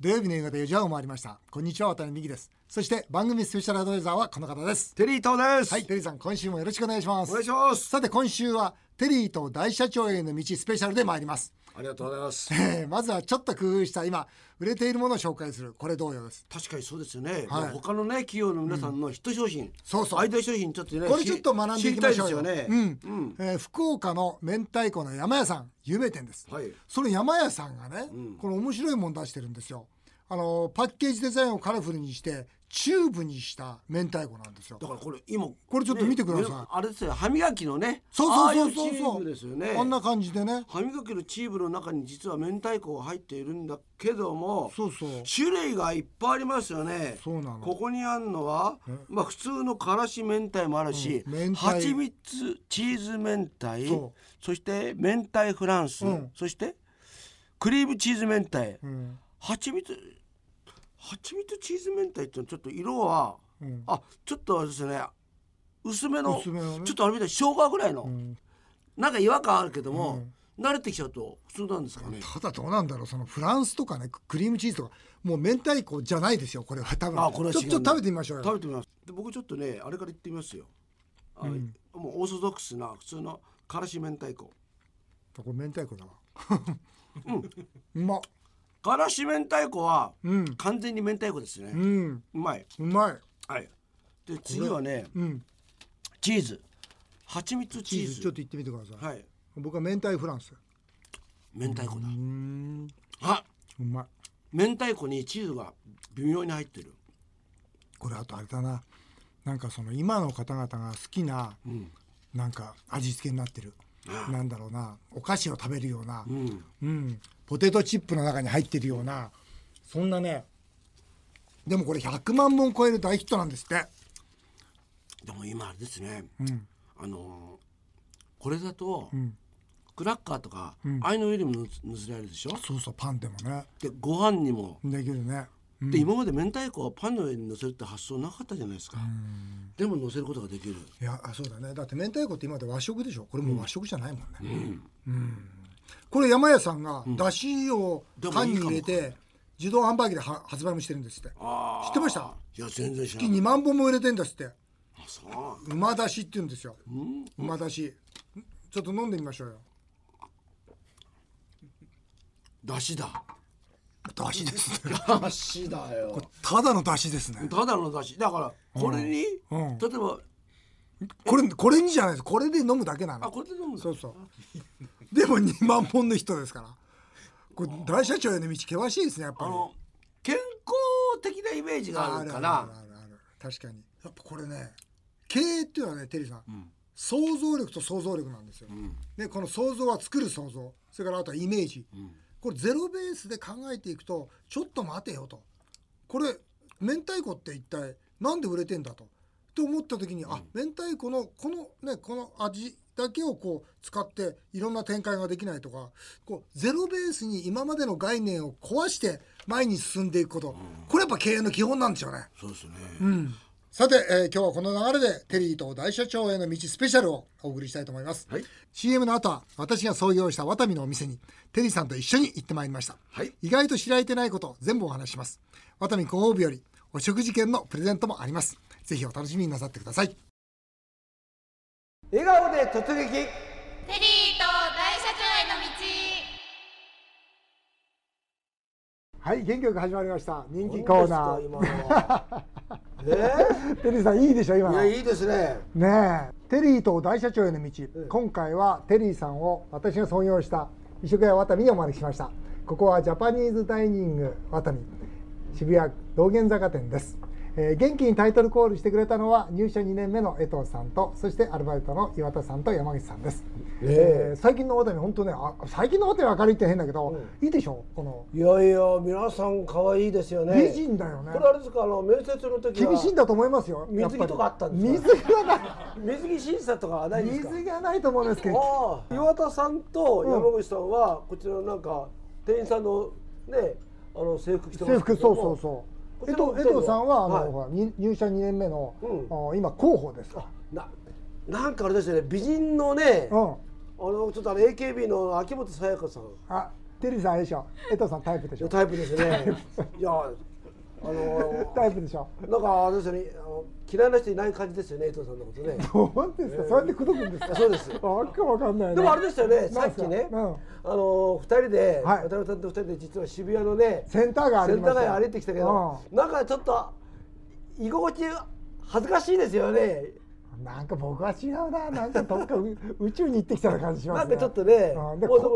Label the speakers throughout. Speaker 1: 土曜日の夕方4時半を回りましたこんにちは渡辺美希ですそして番組スペシャルアドバイザーはこの方です
Speaker 2: テリーとです。
Speaker 1: はいテリーさん今週もよろしくお願いしま
Speaker 2: お
Speaker 1: す
Speaker 2: 願いします。
Speaker 1: さて今週はテリーと大社長への道スペシャルで参ります、
Speaker 2: ありがとうございます。
Speaker 1: えーまずはちょっと工夫した今売れているものを紹介するこれ同様です
Speaker 2: 確かにそうですよね。
Speaker 1: はい
Speaker 2: 他のね企業の皆さんのヒット商品、
Speaker 1: そうそう
Speaker 2: 間商品ちょっとね、
Speaker 1: これちょっと学んでいきましょうよ
Speaker 2: 知りたいです
Speaker 1: う
Speaker 2: よね
Speaker 1: ん。えー福岡の明太子の山屋さん有名店です、
Speaker 2: はい。
Speaker 1: その山屋さんがね、
Speaker 2: ん
Speaker 1: この面白いもん出してるんですよあのパッケージデザインをカラフルにしてチューブにした明太子なんですよ
Speaker 2: だからこれ今
Speaker 1: これちょっと見てください
Speaker 2: ねあれですよ歯磨きのね。
Speaker 1: そうそうそうそう
Speaker 2: ああいチー
Speaker 1: そう
Speaker 2: ブですよね。
Speaker 1: あんな感じでね
Speaker 2: 歯磨きのチーブの中に実は明太子が入っているんだけども、
Speaker 1: そうそう
Speaker 2: 種類がいっぱいありますよね。
Speaker 1: そうなの
Speaker 2: ここにあるのは、まあ普通のからし明太もあるし、
Speaker 1: うん明太
Speaker 2: 蜂蜜チーズ明太
Speaker 1: そ
Speaker 2: そして明太フランス、
Speaker 1: うん
Speaker 2: そしてクリームチーズ明太、
Speaker 1: うん
Speaker 2: 蜂蜜蜂蜜チーズ明太ってのちょっと色は、
Speaker 1: うん
Speaker 2: あちょっとあれですね薄めの
Speaker 1: 薄めのね
Speaker 2: ちょっとあれみたい生姜ぐらいの、
Speaker 1: ん
Speaker 2: なんか違和感あるけども、慣れてきちゃうと普通なんですかね。
Speaker 1: ただどうなんだろうそのフランスとかねククリームチーズとかもう明太子じゃないですよこれは多分
Speaker 2: あこれは
Speaker 1: ちょ
Speaker 2: 違うん
Speaker 1: ちょっ
Speaker 2: だ
Speaker 1: と食べてみましょう
Speaker 2: 食
Speaker 1: よ
Speaker 2: べてみますで僕ちょっとねあれから言ってみますよ、あもうオーソドックスな普通のからし明太子
Speaker 1: これ明太子だわうんうまっ
Speaker 2: からし明太子は、
Speaker 1: うん
Speaker 2: 完全に明太子ですね、
Speaker 1: う
Speaker 2: うんまいう
Speaker 1: まい
Speaker 2: はいで次はね
Speaker 1: うん
Speaker 2: チーズ蜂蜜チ
Speaker 1: チ
Speaker 2: ー
Speaker 1: ー
Speaker 2: ズ
Speaker 1: ズちょっといってみてください、
Speaker 2: はい
Speaker 1: 僕は明太フランス
Speaker 2: 明太子だ
Speaker 1: うん
Speaker 2: あ
Speaker 1: うまい
Speaker 2: 明太子にチーズが微妙に入ってる
Speaker 1: これあとあれだななんかその今の方々が好きな、なんか味付けになってる、なんだろうなお菓子を食べるような、
Speaker 2: うん
Speaker 1: うんポテトチップの中に入ってるようなそんなねでもこれ100万本超える大ヒットなんですって
Speaker 2: でも今あれですね、
Speaker 1: ん
Speaker 2: あのーこれだと、
Speaker 1: ん
Speaker 2: クラッカーとか、ああいうのよりも塗せられるでしょ
Speaker 1: そうそうパンでもね
Speaker 2: でご飯にも
Speaker 1: できるね、うん
Speaker 2: で今まで明太子はパンの上に乗せるって発想なかったじゃないですか、でも乗せることができる
Speaker 1: いやあそうだねだって明太子って今まで和食でしょこれもう和食じゃないもんね、うんこれ山屋さんがだしを缶に入れ
Speaker 2: でもいい
Speaker 1: て自動販売機では発売もしてるんですって
Speaker 2: あ
Speaker 1: 知ってました
Speaker 2: いや全然知ら
Speaker 1: 月
Speaker 2: ない
Speaker 1: 2万本も売れてんだっつって
Speaker 2: あそう
Speaker 1: 馬だしって言うんですよ
Speaker 2: うん
Speaker 1: 馬だしちょっと飲んでみましょうよ
Speaker 2: だ しだ
Speaker 1: だしですね
Speaker 2: だしだよ
Speaker 1: ただのだしですね
Speaker 2: ただのだしだからこれに、
Speaker 1: うんうん
Speaker 2: 例えば
Speaker 1: これこれにじゃないですこれで飲むだけな
Speaker 2: あ
Speaker 1: の
Speaker 2: これで飲むんだ
Speaker 1: そうそうでも2万本の人ですからこれ大社長への道険しいですねやっぱ
Speaker 2: あ
Speaker 1: り
Speaker 2: の健康的なイメージがあるか
Speaker 1: あ
Speaker 2: ら
Speaker 1: るあるある確かにやっぱこれね経営っていうのはねテリーさん、想像力と想像力なんですよ、でこの想像は作る想像それからあとはイメージ、これゼロベースで考えていくとちょっと待てよとこれ明太子って一体なんで売れてんだとって思った時に、あ明太子のこのねこの味だけをこう使っていろんな展開ができないとかこうゼロベースに今までの概念を壊して前に進んでいくこと、これやっぱ経営の基本なんですよね。
Speaker 2: そうですね、
Speaker 1: さて、えー今日はこの流れでテリーと大社長への道スペシャルをお送りしたいと思います、
Speaker 2: はい
Speaker 1: CM の後は私が創業したワタミのお店にテリーさんと一緒に行ってまいりました、
Speaker 2: はい
Speaker 1: 意外と知られてないこと全部お話ししますワタミご褒美よりお食事券のプレゼントもありますぜひお楽しみになさってください
Speaker 2: 笑顔で突撃
Speaker 3: テリーと大社長への道
Speaker 1: はい元気よく始まりました人
Speaker 2: 今のはえ
Speaker 1: テリーさんいいでしょ今
Speaker 2: ー、いやいいですね
Speaker 1: ねえテリーと大社長への道、今回はテリーさんを私が創業した一食屋ワタミにお招きしましたここはジャパニーズダイニングワタミ渋谷道玄坂店です、えー元気にタイトルコールしてくれたのは入社2年目の江藤さんとそしてアルバイトの岩田さんと山口さんです、えー最近のワタミ本当ねあ最近のワタミは明るいって変だけど、いいでしょこの
Speaker 2: いやいや皆さん可愛いですよね
Speaker 1: 美人だよね
Speaker 2: これあれですかあの面接の時は
Speaker 1: 厳しいんだと思いますよ
Speaker 2: 水着とかあったんです
Speaker 1: か水着はない
Speaker 2: 水着審査とかはないんですか
Speaker 1: 水着はないと思うんですけど
Speaker 2: ああ岩田さんと山口さんはこちらのなんか店員さんのねあの制服着てま
Speaker 1: 制
Speaker 2: すけ
Speaker 1: 服
Speaker 2: ど
Speaker 1: そう
Speaker 2: も
Speaker 1: そうそう江
Speaker 2: こちらの
Speaker 1: 藤江藤さんはあの、
Speaker 2: はい
Speaker 1: ほらに入社2年目の、
Speaker 2: うん
Speaker 1: あー今広報ですか
Speaker 2: ななんかあれですよね美人のね、
Speaker 1: らうん
Speaker 2: あのちょっとあの AKB の秋元才加さん
Speaker 1: あテリーさんあれでしょ江藤さんタイプでしょ
Speaker 4: タイプですねいやあの
Speaker 1: タイプでしょ
Speaker 4: なんかあれですよねあの嫌いな人いない感じですよね伊藤さんのことね
Speaker 1: 本当ですか、そうやって口説くんです
Speaker 4: いや
Speaker 1: か
Speaker 4: そうです
Speaker 1: わけわかんないな
Speaker 4: でもあれですよねさっき
Speaker 1: なんす
Speaker 4: ね、
Speaker 1: かうん
Speaker 4: あの二人で、
Speaker 1: はい
Speaker 4: 渡辺さんと二人で実は渋谷のね
Speaker 1: センター街歩
Speaker 4: セ
Speaker 1: いて
Speaker 4: ン
Speaker 1: ま
Speaker 4: タ
Speaker 1: し
Speaker 4: ー
Speaker 1: たよ
Speaker 4: 街歩いてきたけど、なんかちょっと居心地恥ずかしいですよね
Speaker 1: なんか僕は違うな、なんかどっかう 宇宙に行ってきたような感じします、ね。
Speaker 4: なんかちょっとね
Speaker 1: うんで
Speaker 4: も
Speaker 1: こ
Speaker 4: うそ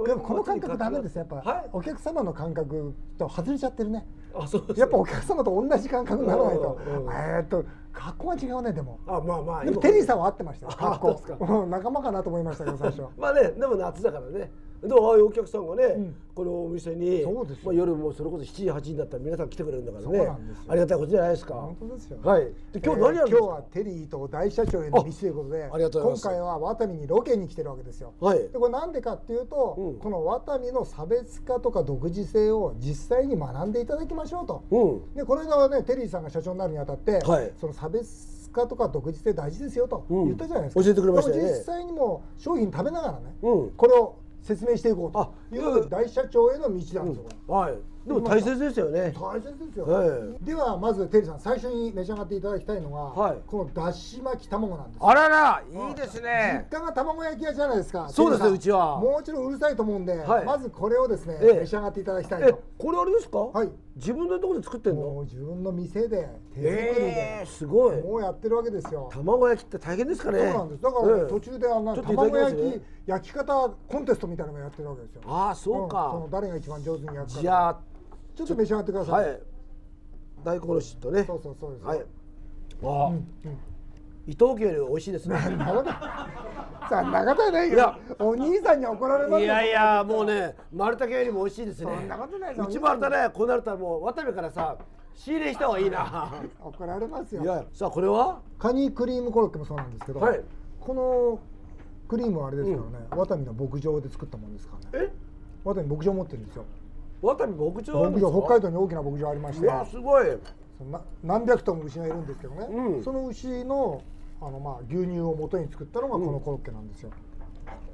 Speaker 4: こ
Speaker 1: でもこの感覚ダメです、やっぱ、
Speaker 4: はい
Speaker 1: お客様の感覚と外れちゃってるね。
Speaker 4: あそうで す
Speaker 1: やっぱお客様と同じ感覚にならないと
Speaker 4: うんうんう、ん
Speaker 1: えーっと、格好は違うね、でも。
Speaker 4: あまあまあ
Speaker 1: でもテリーさんは合ってましたよ、格
Speaker 4: あ
Speaker 1: 好
Speaker 4: そうです。
Speaker 1: うん仲間かなと思いま したけど、最初。
Speaker 4: まあねでも夏だからねでもああいうお客さんがね、このお店に
Speaker 1: そうですよ
Speaker 4: まあ、夜もそれこそ7時8時になったら皆さん来てくれるんだから
Speaker 1: そう
Speaker 4: ね
Speaker 1: なんですよ
Speaker 4: ありがたいことじゃないですか
Speaker 1: 本当ですよ。
Speaker 4: はいで今日何やる
Speaker 1: え
Speaker 4: んですか
Speaker 1: ー今日はテリーと大社長への道ということで、
Speaker 4: あありがとうございます
Speaker 1: 今回はワタミにロケに来てるわけですよ。
Speaker 4: はい
Speaker 1: でこれなんでかっていうと、
Speaker 4: うん
Speaker 1: このワタミの差別化とか独自性を実際に学んでいただきましょうと。
Speaker 4: うん
Speaker 1: でこの間はねテリーさんが社長になるにあたって、
Speaker 4: はい
Speaker 1: その差別化とか独自性大事ですよと
Speaker 4: うん
Speaker 1: 言ったじゃないですか。
Speaker 4: 教えてくれましたよね
Speaker 1: でも実際にもう商品食べながらね、
Speaker 4: うん
Speaker 1: これを説明していこうと
Speaker 4: あ
Speaker 1: いうことで大社長への道なんですよ。これ
Speaker 4: はいでも大切ですよね
Speaker 1: 大切ですよ、
Speaker 4: え
Speaker 1: ではまずテリーさん最初に召し上がっていただきたいのが、
Speaker 4: はい
Speaker 1: このだし巻き卵なんです
Speaker 4: あららいいですね
Speaker 1: 実家が卵焼き屋じゃないですか
Speaker 4: そうですね
Speaker 1: テリーさん
Speaker 4: うちは
Speaker 1: もうちょっとうるさいと思うんで、
Speaker 4: はい
Speaker 1: まずこれをですね、
Speaker 4: ええ
Speaker 1: 召し上がっていただきたい
Speaker 4: え
Speaker 1: と
Speaker 4: これあれですか、
Speaker 1: はい
Speaker 4: 自分のところで作ってん
Speaker 1: もう
Speaker 4: の
Speaker 1: 自分の店で手作り
Speaker 4: え
Speaker 1: で
Speaker 4: ー、、すごい
Speaker 1: もうやってるわけですよ
Speaker 4: 卵焼きって大変ですかね
Speaker 1: そうなんですだから、
Speaker 4: ええ
Speaker 1: 途中であの
Speaker 4: ちょっといただき
Speaker 1: 卵
Speaker 4: ます
Speaker 1: 焼
Speaker 4: ね
Speaker 1: き、焼き方コンテストみたいなのもやってるわけですよ
Speaker 4: ああそうか、
Speaker 1: んその誰が一番上手に焼くか
Speaker 4: じゃあ
Speaker 1: ちょっと召し上がってください、
Speaker 4: はい大根おろしとね
Speaker 1: そうそうそうです、
Speaker 4: はいああ、伊藤家より美味しいですね
Speaker 1: そんなことそんなことない
Speaker 4: いや
Speaker 1: よ。お兄さんに怒られます
Speaker 4: い
Speaker 1: よ
Speaker 4: やいやもうね丸竹よりも美味しいですね
Speaker 1: そんなことないぞ
Speaker 4: うちもあれだねこうなるともう渡部からさ仕入れした方がいいな
Speaker 1: 怒られます
Speaker 4: い
Speaker 1: よ。
Speaker 4: やさあこれは
Speaker 1: カニクリームコロッケもそうなんですけど、
Speaker 4: はい
Speaker 1: このクリームはあれですからね、ワタミの牧場で作ったものですからね。
Speaker 4: え
Speaker 1: ワタミ牧場持ってるんですよ。
Speaker 4: 渡部牧場なん
Speaker 1: 牧
Speaker 4: ですか
Speaker 1: 場北海道に大きな牧場ありまし
Speaker 4: い
Speaker 1: て、
Speaker 4: やすごい
Speaker 1: そのな何百頭も牛がいるんですけどね、
Speaker 4: うん
Speaker 1: その牛のあのまあ牛乳を元に作ったのがこのコロッケなんですよ。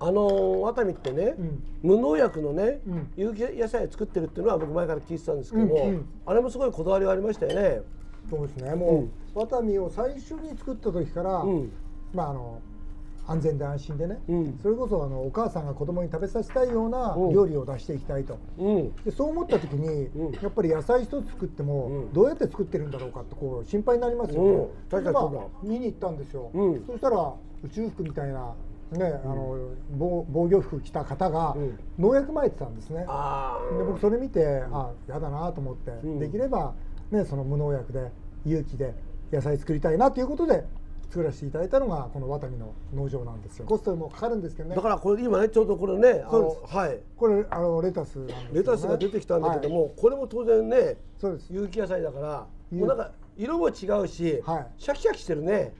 Speaker 4: あのーワタミってね、
Speaker 1: うん
Speaker 4: 無農薬のね、
Speaker 1: うん
Speaker 4: 有機野菜を作ってるっていうのは僕前から聞いてたんですけども、
Speaker 1: うんうん
Speaker 4: あれもすごいこだわりがありましたよね。
Speaker 1: そうですね。もう、ワタミを最初に作った時から、
Speaker 4: うん
Speaker 1: まああの安全で安心でね、
Speaker 4: うん
Speaker 1: それこそあのお母さんが子供に食べさせたいような
Speaker 4: うん
Speaker 1: 料理を出していきたいと。
Speaker 4: うん。
Speaker 1: でそう思った時に、
Speaker 4: うん
Speaker 1: やっぱり野菜一つ作っても、
Speaker 4: うん
Speaker 1: どうやって作ってるんだろうかってこう心配になりますよね、
Speaker 4: うん確かに
Speaker 1: でまあ
Speaker 4: そうだ
Speaker 1: 見に行ったんですよ、
Speaker 4: うん
Speaker 1: そしたら宇宙服みたいな、ねあの防防御服着た方が、
Speaker 4: うん
Speaker 1: 農薬撒いてたんですね
Speaker 4: あ
Speaker 1: で僕それ見てあやだなと思って、
Speaker 4: ん
Speaker 1: できれば、ね、その無農薬で有機で野菜作りたいなということで作らせていただいたのがこのワタミの農場なんですよコストもかかるんですけど
Speaker 4: あ。
Speaker 1: ね
Speaker 4: だからこれ今ねちょうどこれねあ
Speaker 1: そう
Speaker 4: の
Speaker 1: です
Speaker 4: はい
Speaker 1: これあのレタスなんですけどね
Speaker 4: レタスが出てきたんだけど
Speaker 1: はい
Speaker 4: も、これも当然ね
Speaker 1: そうです
Speaker 4: 有機野菜だから
Speaker 1: 有
Speaker 4: もうなんか色も違うし、
Speaker 1: はい
Speaker 4: シャキシャキしてるね。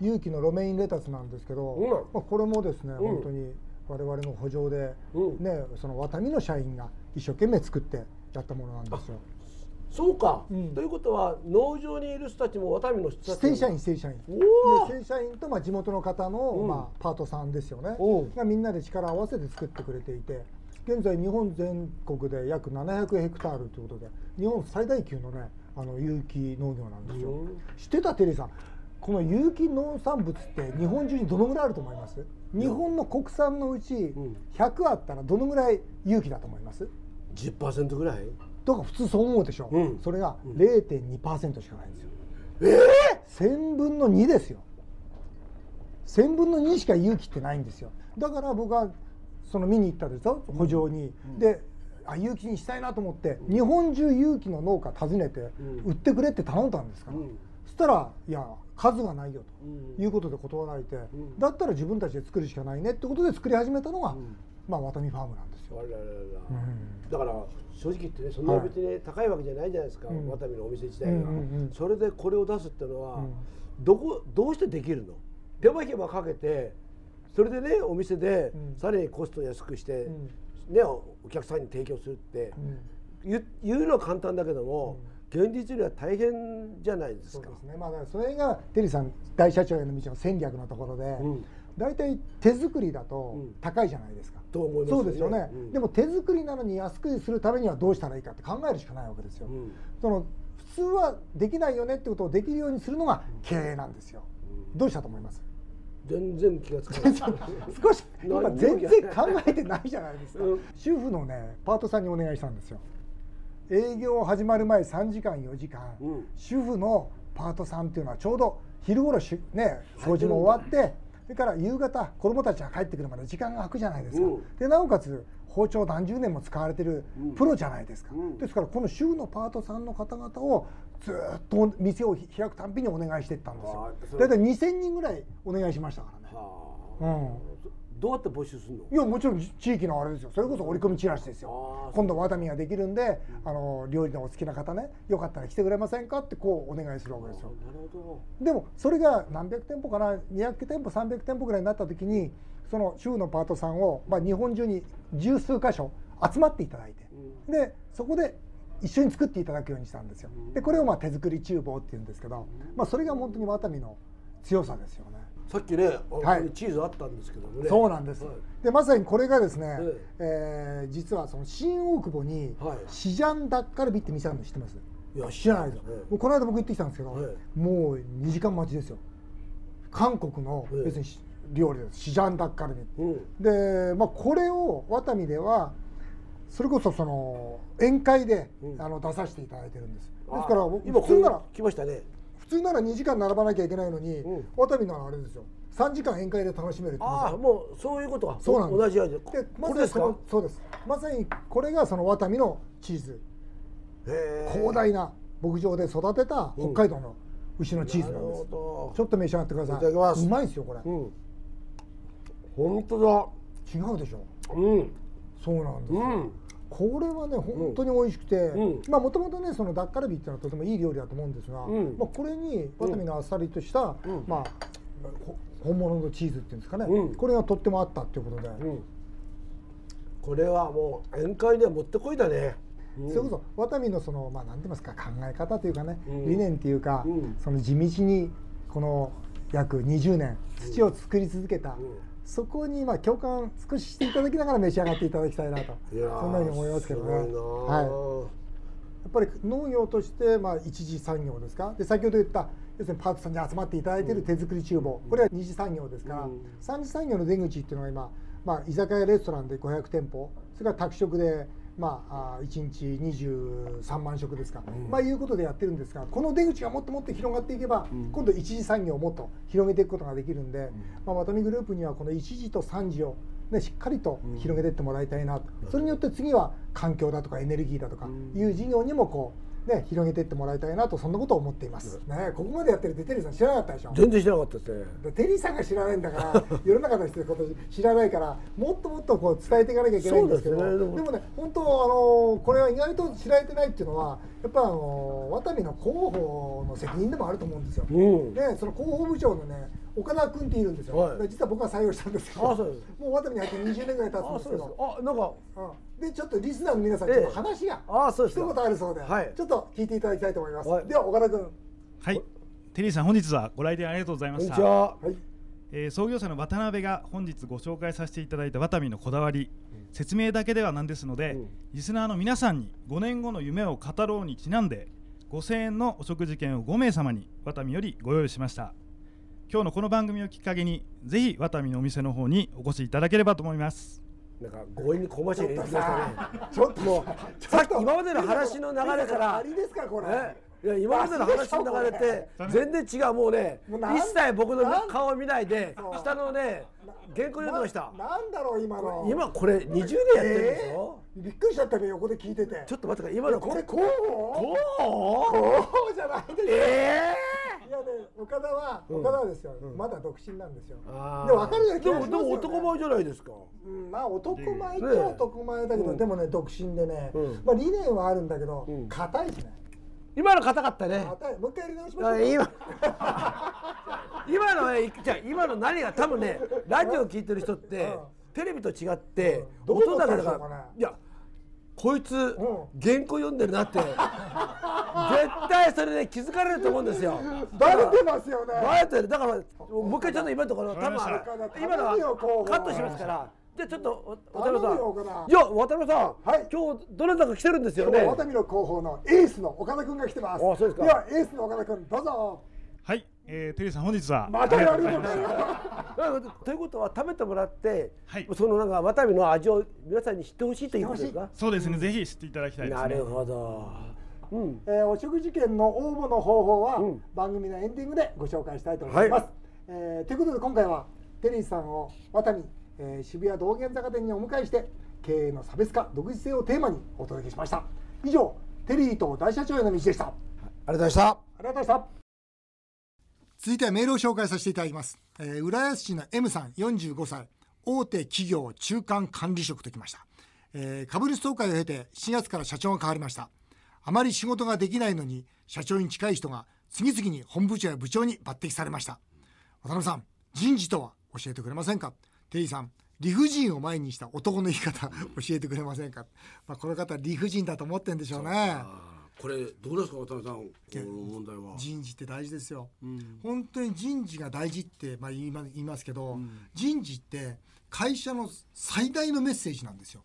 Speaker 1: 有機のロメインレタスなんですけど、
Speaker 4: うん
Speaker 1: まあ、これもですね、
Speaker 4: ん
Speaker 1: 本当に我々の補助で、
Speaker 4: うん
Speaker 1: ね、そのワタミの社員が一生懸命作ってやったものなんですよ
Speaker 4: そうか、
Speaker 1: うん
Speaker 4: ということは農場にいる人たちもワタミの人たち
Speaker 1: 非正
Speaker 4: も
Speaker 1: 社員非正社員で
Speaker 4: おー
Speaker 1: 正社員とまあ地元の方の、
Speaker 4: うん
Speaker 1: まあ、パートさんですよね
Speaker 4: おう
Speaker 1: がみんなで力を合わせて作ってくれていて現在日本全国で約700ヘクタールということで日本最大級のねあの有機農業なんですよ、
Speaker 4: うん
Speaker 1: 知ってたテリーさんこの有機農産物って日本中にどのぐらいあると思います日本の国産のうち
Speaker 4: ん
Speaker 1: 100あったらどのぐらい有機だと思います
Speaker 4: 10%ぐらい。
Speaker 1: とか普通そう思うでしょ、
Speaker 4: うん
Speaker 1: それが0.2%しかないんですよ、え1000分の2ですよ1000分の2しか勇気ってないんですよだから僕はその見に行ったでしょ補助に、であ勇気にしたいなと思って、日本中勇気の農家訪ねて、売ってくれって頼んだんですから、
Speaker 4: うん
Speaker 1: そしたらいや数がないよと、
Speaker 4: うん
Speaker 1: いうことで断られて、
Speaker 4: ん
Speaker 1: だったら自分たちで作るしかないねってことで作り始めたのが、まあワタミファームなんですよ
Speaker 4: あららら
Speaker 1: う
Speaker 4: ら
Speaker 1: ん
Speaker 4: だから正直言ってねそんな別にね、高いわけじゃないじゃないですか、
Speaker 1: ん
Speaker 4: ワタミのお店自体が、
Speaker 1: うんうんうん
Speaker 4: それでこれを出すってのは、
Speaker 1: ん
Speaker 4: どこどうしてできるの手間暇かけてそれでねお店で
Speaker 1: うん
Speaker 4: さらにコストを安くして、
Speaker 1: ん
Speaker 4: ね、おお客さんに提供するって、言う言うのは簡単だけども、現実には大変じゃないです
Speaker 1: そう
Speaker 4: か
Speaker 1: ですね、まあ、だからそれがテリーさん大社長への道の戦略のところで、
Speaker 4: うん
Speaker 1: 大体手作りだと
Speaker 4: うん
Speaker 1: 高いじゃないですか、
Speaker 4: と思います
Speaker 1: そうですよね、
Speaker 4: うん
Speaker 1: でも手作りなのに安くするためにはどうしたらいいかって考えるしかないわけですよ、
Speaker 4: うん
Speaker 1: その普通はできないよねってことをできるようにするのが経営なんですよ、どうしたと思い ます
Speaker 4: 全然気がつかない
Speaker 1: 少し今全然考えてないじゃないですか、
Speaker 4: うん
Speaker 1: 主婦のねパートさんにお願いしたんですよ営業始まる前3時間4時間、
Speaker 4: うん
Speaker 1: 主婦のパートさんっていうのはちょうど昼頃しゅね掃除も終わってそれから夕方子供たちが帰ってくるまで時間が空くじゃないですか、
Speaker 4: うん
Speaker 1: でなおかつ包丁何十年も使われてるプロじゃないですか、
Speaker 4: うん
Speaker 1: ですからこの主婦のパートさんの方々をずっと店を開くたんびにお願いしていったんです
Speaker 4: あ
Speaker 1: よ
Speaker 4: ーそう
Speaker 1: 大体2000人ぐらいお願いしましたからね
Speaker 4: はあ
Speaker 1: うん
Speaker 4: どうやって募集するの
Speaker 1: いやもちろん地域のあれですよそれこそ折り込みチラシです
Speaker 4: あ
Speaker 1: よ
Speaker 4: ー
Speaker 1: 今度ワタミができるんで、あの料理のお好きな方ねよかったら来てくれませんかってこうお願いするわけですよ
Speaker 4: なるほ
Speaker 1: でもそれが何百店舗かな200店舗300店舗ぐらいになった時にその主婦のパートさんを、まあ、日本中に十数箇所集まっていただいて、でそこで一緒に作っていただくようにしたんですよでこれをまあ手作り厨房っていうんですけど、まあ、それが本当にワタミの強さですよね。
Speaker 4: どさっきねあの、
Speaker 1: はい
Speaker 4: ここにチーズあったんですけどもね
Speaker 1: そうなんです、
Speaker 4: はい
Speaker 1: でまさにこれがですね、
Speaker 4: え
Speaker 1: えー実はその新大久保に
Speaker 4: はい
Speaker 1: シジャンダッカルビって店あるの知ってます
Speaker 4: いや
Speaker 1: 知らないです
Speaker 4: 知らないですね
Speaker 1: もうこの間僕行ってきたんですけど、
Speaker 4: はい
Speaker 1: もう2時間待ちですよ韓国の
Speaker 4: ええ
Speaker 1: 別にし料理ですシジャンダッカルビ、
Speaker 4: うん
Speaker 1: で、まあ、これをワタミではそれこそその宴会で、
Speaker 4: うん
Speaker 1: あの出させていただいてるんですです
Speaker 4: あ
Speaker 1: から普
Speaker 4: 今こ
Speaker 1: 通
Speaker 4: う
Speaker 1: なら
Speaker 4: 来ましたね
Speaker 1: 普通なら2時間並ばなきゃいけないのに、
Speaker 4: うん
Speaker 1: ワタミならあれですよ3時間宴会で楽しめるってまさ
Speaker 4: あ
Speaker 1: に
Speaker 4: あもうそういうことか
Speaker 1: そうなんです
Speaker 4: 同じ味で
Speaker 1: でまさ
Speaker 4: これで
Speaker 1: に
Speaker 4: す
Speaker 1: こ
Speaker 4: か
Speaker 1: のそうですまさにこれがそのワタミのチーズ
Speaker 4: へえ
Speaker 1: 広大な牧場で育てた北海道の牛のチーズなんです、
Speaker 4: なるほど
Speaker 1: ちょっと召し上がってください
Speaker 4: いただきます
Speaker 1: うまいですよこれ、
Speaker 4: うん本当
Speaker 1: 違うでしょ
Speaker 4: だうん
Speaker 1: そうなんです
Speaker 4: う
Speaker 1: よ、
Speaker 4: ん
Speaker 1: これはね本当に美味しくて、
Speaker 4: うん
Speaker 1: まあもともとねそのダッカルビっていうのはとてもいい料理だと思うんですが、
Speaker 4: うん
Speaker 1: まあ、これにワタミのあっさりとした、
Speaker 4: うん
Speaker 1: まあほ本物のチーズっていうんですかね、
Speaker 4: うん
Speaker 1: これがとってもあったっていうことで、
Speaker 4: うんこれはもう宴会にはもってこいだね
Speaker 1: それこそワタミのそのまあ何て言いますか考え方というかね、
Speaker 4: うん
Speaker 1: 理念というか、
Speaker 4: うん
Speaker 1: その地道にこの約20年土を作り続けた、
Speaker 4: うん
Speaker 1: そこにまあ共感少ししていただきながら召し上がっていただきたいなと
Speaker 4: いやー
Speaker 1: そんなふうに思いますけどね。
Speaker 4: すごいな
Speaker 1: はい
Speaker 4: ー
Speaker 1: やっぱり農業としてまあ一次産業ですかで先ほど言った要するにパートさんに集まっていただいている手作り厨房、これは二次産業ですから、
Speaker 4: うん
Speaker 1: 三次産業の出口っていうのは今、まあ、居酒屋レストランで500店舗それから宅食で、まあ、あ1日23万食ですか、まあ、いうことでやってるんですがこの出口がもっともっと広がっていけば、今度一次産業をもっと広げていくことができるんで、まあ、ワタミグループにはこの一次と三次を、ね、しっかりと広げていってもらいたいなと、それによって次は環境だとかエネルギーだとかいう事業にもこう、ね、広げていってもらいたいなとそんなことを思っています、ね、ここまでやってるってテリーさん知らなかったでしょ
Speaker 4: 全然しなかったですね
Speaker 1: でテリーさんが知らないんだから 世の中の人のこと知らないからもっともっとこう伝えていかなきゃいけないんですけど
Speaker 4: そうですね
Speaker 1: で
Speaker 4: でも
Speaker 1: もね本当あのこれは意外と知られてないっていうのはやっぱあのワタミの広報の責任でもあると思うんですよ。
Speaker 4: うん
Speaker 1: でその広報部長のね岡田君っているんですよ、
Speaker 4: はい
Speaker 1: で実は僕は採用したんですけど
Speaker 4: あそうです
Speaker 1: もうワタミに入って20年ぐらい経つん
Speaker 4: あ
Speaker 1: ですけ
Speaker 4: そうです
Speaker 1: ど
Speaker 4: あなんか
Speaker 1: うんでちょっとリスナーの皆さんちょっと話が
Speaker 4: ええあそうです
Speaker 1: 一
Speaker 4: か
Speaker 1: 言あるそうで、
Speaker 4: はい
Speaker 1: ちょっと聞いていただきたいと思います、
Speaker 4: はい
Speaker 1: では岡田君
Speaker 5: はい、テリーさん、本日はご来店ありがとうござい
Speaker 4: こ
Speaker 5: ま
Speaker 4: んに
Speaker 5: し
Speaker 4: ち
Speaker 5: た。
Speaker 4: は
Speaker 1: はい
Speaker 5: えー創業者の渡辺が本日ご紹介させていただいたワタミのこだわり、説明だけではなんですので、
Speaker 4: うん
Speaker 5: リスナーの皆さんに5年後の夢を語ろうにちなんで5000円のお食事券を5名様にワタミよりご用意しました今日のこの番組をきっかけにぜひワタミのお店の方にお越しいただければと思います
Speaker 4: なんか強引にコマーシャル入れてきましたね
Speaker 1: ちょっともう
Speaker 4: さっき今までの話の流れから
Speaker 1: ありですかこれ。
Speaker 4: ねいや今までの話の流れて全然違うもうね
Speaker 1: もうなん
Speaker 4: 一切僕の
Speaker 1: なん
Speaker 4: 顔を見ないで
Speaker 1: そう
Speaker 4: 下のね原稿読んでました
Speaker 1: ななんだろう今の。
Speaker 4: 今これ20年やってるんでしょ
Speaker 1: えーびっくりしちゃったね横で聞いてて。
Speaker 4: ちょっと待ってください今の
Speaker 1: これ候補？
Speaker 4: こ
Speaker 1: 候補じゃないです。
Speaker 4: うえ
Speaker 1: いやね岡田は岡田はですよ、まだ独身なんですよ。で
Speaker 4: ー
Speaker 1: も分かるような気
Speaker 4: で
Speaker 1: が
Speaker 4: も
Speaker 1: し
Speaker 4: で
Speaker 1: ますよ、ね。
Speaker 4: も男前じゃないですか
Speaker 1: うんまあ男前っちゃ男前だけど、でもね独身でね、
Speaker 4: うん
Speaker 1: まあ理念はあるんだけど
Speaker 4: ん
Speaker 1: 硬、いですね。
Speaker 4: 今の硬かったね
Speaker 1: 硬い。もう一回やり直しましょ
Speaker 4: あ
Speaker 1: う。
Speaker 4: 今今のねじゃあ今の何が多分ねラジオ聞いてる人って、テレビと違って、
Speaker 1: うんどういう
Speaker 4: 音
Speaker 1: こと
Speaker 4: だ
Speaker 1: でし
Speaker 4: け
Speaker 1: ょ
Speaker 4: だ
Speaker 1: うかね
Speaker 4: からいやこいつ、
Speaker 1: ん
Speaker 4: 原稿読んでるなって絶対それで気づかれると思うんですよ
Speaker 6: バレてますよね
Speaker 4: バレてるだからもう一回ちょっと今のところ多分
Speaker 5: わか
Speaker 6: りました
Speaker 4: 今の
Speaker 6: 頼むよ候補
Speaker 4: はカットしますからじゃあちょっとお渡辺
Speaker 6: 頼むよ岡
Speaker 4: さ
Speaker 6: 田
Speaker 4: んいや渡辺さん、
Speaker 6: はい
Speaker 4: 今日どなたか来てるんですよ
Speaker 6: 今
Speaker 4: ね
Speaker 6: 日は渡美の広報のエースの岡田君が来てます
Speaker 4: あそうですか
Speaker 6: ではエースの岡田君どうぞ
Speaker 5: はい、えー、テリーさん本日は
Speaker 6: またやる
Speaker 5: ありがとう
Speaker 6: の
Speaker 5: ござ
Speaker 6: か
Speaker 5: いました
Speaker 6: よ
Speaker 4: なんかということは食べてもらって、
Speaker 5: はい
Speaker 4: そのなんかワタミの味を皆さんに知ってほしいということですか。
Speaker 5: そうですね、ぜひ知っていただきたいです
Speaker 4: な
Speaker 5: ね。
Speaker 4: るほど。うん。
Speaker 6: えーお食事券の応募の方法は、
Speaker 4: うん
Speaker 6: 番組のエンディングでご紹介したいと思います。
Speaker 4: はい
Speaker 6: えーということで今回はテリーさんを渡に、えー渋谷道玄坂店にお迎えして経営の差別化独自性をテーマにお届けしました。以上テリーと大社長への道でした。あ
Speaker 4: ありがとうございました。
Speaker 6: りがとうございました。
Speaker 1: 続いてはメールを紹介させていただきます、えー浦安市の M さん45歳大手企業中間管理職ときました、えー株主総会を経て4月から社長が変わりましたあまり仕事ができないのに社長に近い人が次々に本部長や部長に抜擢されました渡辺さん人事とは教えてくれませんかテリーさん理不尽を前にした男の生き方教えてくれませんか、まあ、この方理不尽だと思ってんでしょうね
Speaker 2: あーこれどうですか渡辺さんこの問題は。
Speaker 1: 人事って大事ですよ、本当に人事が大事って、まあ、言いま言いますけど、人事って会社の最大のメッセージなんですよ。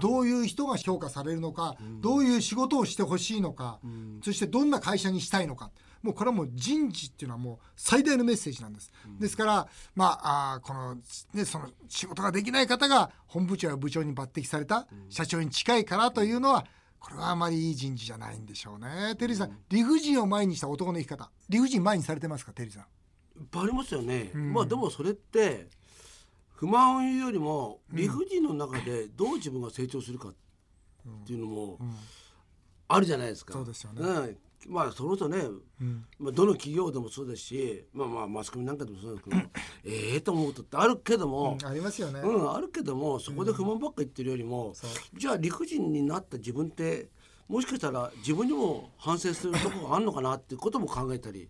Speaker 1: どういう人が評価されるのか、どういう仕事をしてほしいのか、そしてどんな会社にしたいのかもうこれはもう人事っていうのはもう最大のメッセージなんです、ですから、まあ、あーこの,、ね、その仕事ができない方が本部長や部長に抜擢された、社長に近いからというのはこれはあまりいい人事じゃないんでしょうね。テリーさん、理不尽を前にした男の生き方。理不尽前にされてますか、テリーさん。
Speaker 2: いっぱいありますよね、まあでもそれって不満を言うよりも理不尽の中でどう自分が成長するかっていうのもあるじゃないですか。
Speaker 1: そうですよね
Speaker 2: んまあその人ね、まあ、どの企業でもそうですし、まあ、まあマスコミなんかでもそうですけどええと思うことってあるけども、
Speaker 1: ありますよね。
Speaker 2: うん、あるけどもそこで不満ばっか言ってるよりも、じゃあ理不尽になった自分ってもしかしたら自分にも反省するとこがあるのかなっていうことも考えたり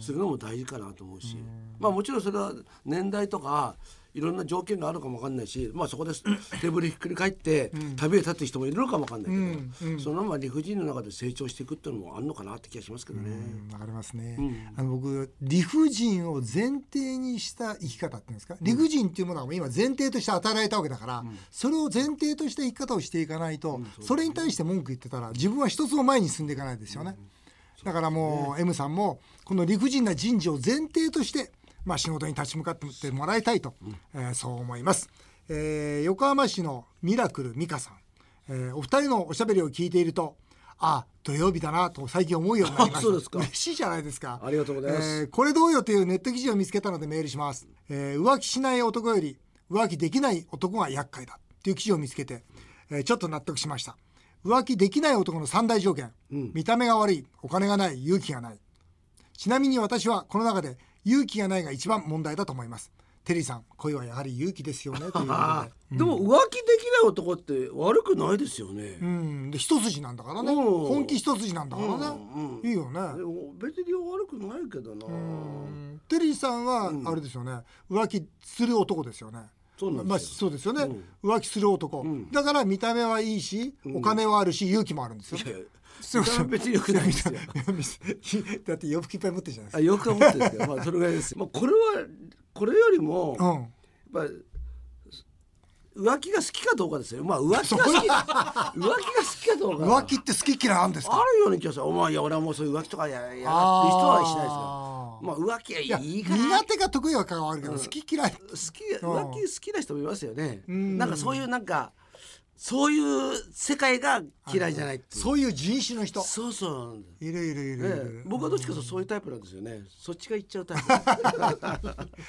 Speaker 2: するのも大事かなと思うし、まあもちろんそれは年代とかいろんな条件があるかもわかんないし、まあ、そこでテーブルひっくり返って旅へ立つ人もいるのかもわかんないけど、そのまま理不尽の中で成長していくっていうのもあるのかなって気がしますけどね。
Speaker 1: うん、ありますね、あの僕理不尽を前提にした生き方っていうんですか理不尽っていうものはもう今前提として与えられたわけだから、それを前提とした生き方をしていかないと、それに対して文句言ってたら自分は一つも前に進んでいかないですよね、だからもう M さんもこの理不尽な人事を前提として、まあ、仕事に立ち向かってもらいたいと、えーそう思います、えー横浜市のミラクル美香さん、えーお二人のおしゃべりを聞いているとあ土曜日だなと最近思うようになりま した
Speaker 2: あそうですか
Speaker 1: 嬉しいじゃないですか
Speaker 2: ありがとうございます
Speaker 1: えーこれどうよというネット記事を見つけたのでメールします、えー浮気しない男より浮気できない男が厄介だという記事を見つけて、えーちょっと納得しました浮気できない男の三大条件、見た目が悪いお金がない勇気がないちなみに私はこの中で勇気がないが一番問題だと思いますテリーさん恋はやはり勇気ですよねということで
Speaker 2: あ あでも浮気できない男って悪くないですよね。
Speaker 1: うんで一筋なんだからね
Speaker 2: うん
Speaker 1: 本気一筋なんだからね、
Speaker 2: うんうん
Speaker 1: いいよね
Speaker 2: でも別に悪くないけどな。
Speaker 1: テリーさんはあれですよね、浮気する男ですよね。
Speaker 2: そうなん
Speaker 1: まあ、
Speaker 2: ですよ。
Speaker 1: そうですよね、浮気する男、だから見た目はいいし、お金はあるし勇気もあるんですよ。
Speaker 2: いやいや
Speaker 1: そうそう
Speaker 2: 見た目別に良くないですよ。
Speaker 1: だって洋服いっぱい持ってるじゃないで
Speaker 2: あよく思ってるんですけど、まあそれぐらいです。まあこれはこれよりも、
Speaker 1: すか。
Speaker 2: やっ
Speaker 1: うん
Speaker 2: ぱ浮気が好きかどうかですよ。まあ浮気が好き、浮気が好きかどうか。
Speaker 1: 浮気って好き嫌いあるんです
Speaker 2: あ
Speaker 1: か。
Speaker 2: るような気がする。お前いや俺はもうそういう浮気とかややって人
Speaker 1: あー
Speaker 2: はしないですから。まあ浮気はい
Speaker 1: いや
Speaker 2: いかな
Speaker 1: 苦。手か得意かはあるけど、好き嫌い。
Speaker 2: 好き浮気好きな人もいますよね。なんかそういうなんかそういう世界が嫌いじゃないっていう。
Speaker 1: そういう人種の人。
Speaker 2: そうそうなんです。
Speaker 1: いるいるいるい
Speaker 2: え
Speaker 1: る
Speaker 2: え。僕はどっちかというとそういうタイプなんですよね。そっちが行っちゃうタ イプ。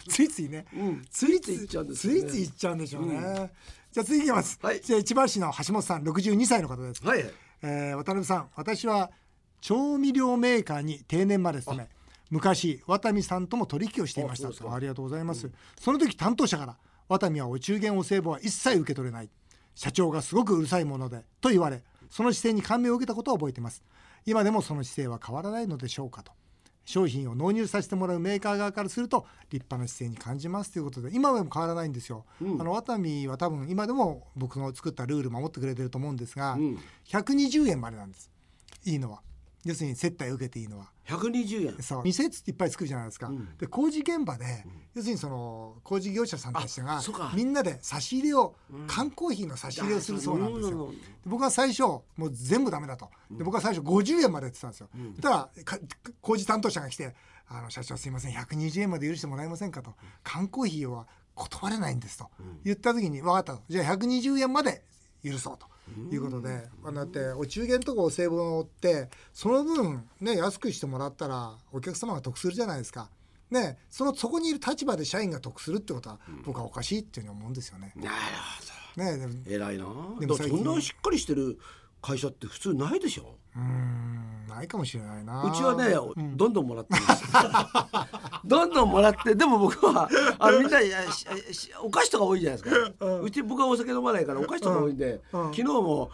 Speaker 1: ついついね、
Speaker 2: ん
Speaker 1: つい
Speaker 2: ついつい行っちゃうんで
Speaker 1: つ
Speaker 2: すよね
Speaker 1: いつい行っちゃうんでしょうね、じゃあ次いきます、
Speaker 2: はい
Speaker 1: じゃあ千葉市の橋本さん62歳の方です、
Speaker 2: はい。
Speaker 1: えー渡辺さん私は調味料メーカーに定年まで勤め昔渡美さんとも取引をしていました
Speaker 2: あそうですか
Speaker 1: ありがとうございます、その時担当者から渡美はお中元お歳暮は一切受け取れない社長がすごくうるさいものでと言われその姿勢に感銘を受けたことを覚えています今でもその姿勢は変わらないのでしょうかと商品を納入させてもらうメーカー側からすると立派な姿勢に感じますということで今でも変わらないんですよ、あのワタミは多分今でも僕の作ったルール守ってくれてると思うんですが、120円までなんですいいのは要するに接待を受けていいのは
Speaker 2: 120円
Speaker 1: そう店ついっぱい作るじゃないですか、
Speaker 2: ん
Speaker 1: で工事現場で、要するにその工事業者さんたち
Speaker 2: あ
Speaker 1: が
Speaker 2: そうか
Speaker 1: みんなで差し入れを、缶コーヒーの差し入れをするそうなんですよ、
Speaker 2: うん
Speaker 1: で僕は最初もう全部ダメだとで僕は最初50円までって言ってたんですよ、そしたらか工事担当者が来て「あの社長すいません120円まで許してもらえませんか」と「缶コーヒーは断れないんです」と言った時に「分かったと」じゃあ120円まで許そうということで、あのだってお中元とかお歳暮ってその分ね安くしてもらったらお客様が得するじゃないですか。ね、そのそこにいる立場で社員が得するってことは僕はおかしいっていうふうに思うんですよね。
Speaker 2: な
Speaker 1: ね
Speaker 2: る
Speaker 1: でも
Speaker 2: ほど偉いな
Speaker 1: で
Speaker 2: で
Speaker 1: も
Speaker 2: も
Speaker 1: 最
Speaker 2: そ
Speaker 1: 近
Speaker 2: んなしっかりしてる会社って普通ないでしょ
Speaker 1: うーんないかもしれないな。
Speaker 2: うちはね、どんどんもらってます どんどんもらってでも僕はあのみんないやししお菓子とか多いじゃないですか、うち僕はお酒飲まないからお菓子とか多いんで、昨日も、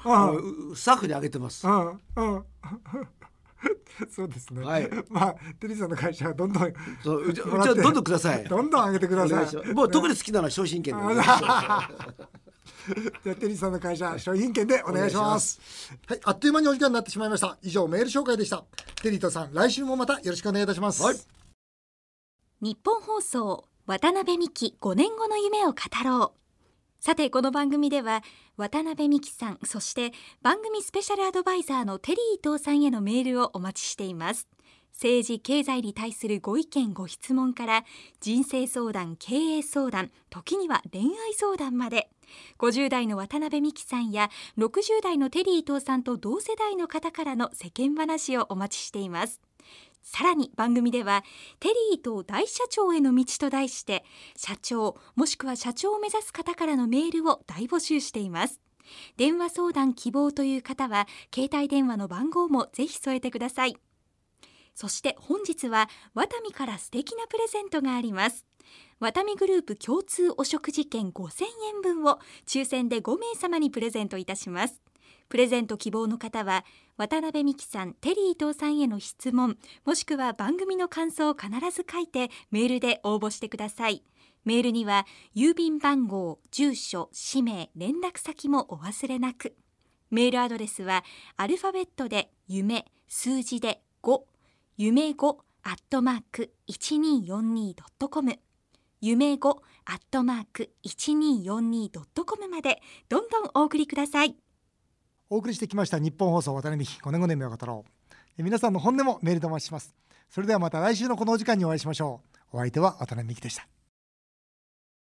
Speaker 2: うスタッフにあげてます、
Speaker 1: うんうん。 そうですね。
Speaker 2: はい
Speaker 1: まあテリーさんの会社はどんどん
Speaker 2: そううちうち
Speaker 1: もらって
Speaker 2: はどんどんください
Speaker 1: どんどん上げてくだ
Speaker 2: お
Speaker 1: さ
Speaker 2: 願
Speaker 1: い
Speaker 2: いし。ますもう特に好きなのは商品券でお願いします
Speaker 1: じゃあテリーさんの会社商品券でお願いしますはいあっという間にお時間になってしまいました以上メール紹介でしたテリーとさん来週もまたよろしくお願いいたします、
Speaker 2: はい
Speaker 7: 日本放送渡辺美希5年後の夢を語ろうさてこの番組では渡辺美希さんそして番組スペシャルアドバイザーのテリー伊藤さんへのメールをお待ちしています政治経済に対するご意見ご質問から人生相談経営相談時には恋愛相談まで50代の渡辺美希さんや60代のテリー伊藤さんと同世代の方からの世間話をお待ちしていますさらに番組ではテリーと大社長への道と題して社長もしくは社長を目指す方からのメールを大募集しています電話相談希望という方は携帯電話の番号もぜひ添えてくださいそして本日はワタミから素敵なプレゼントがありますワタミグループ共通お食事券5000円分を抽選で5名様にプレゼントいたしますプレゼント希望の方は渡辺美希さんテリー伊藤さんへの質問もしくは番組の感想を必ず書いてメールで応募してくださいメールには郵便番号住所氏名連絡先もお忘れなくメールアドレスはアルファベットで夢数字で5夢5アットマーク 1242.com 夢5アットマーク 1242.com までどんどんお送りください
Speaker 1: お送りしてきました日本放送渡辺美希5年5年目を語ろうえ皆さんの本音もメールでお待ちしますそれではまた来週のこのお時間にお会いしましょうお相手は渡辺美希でした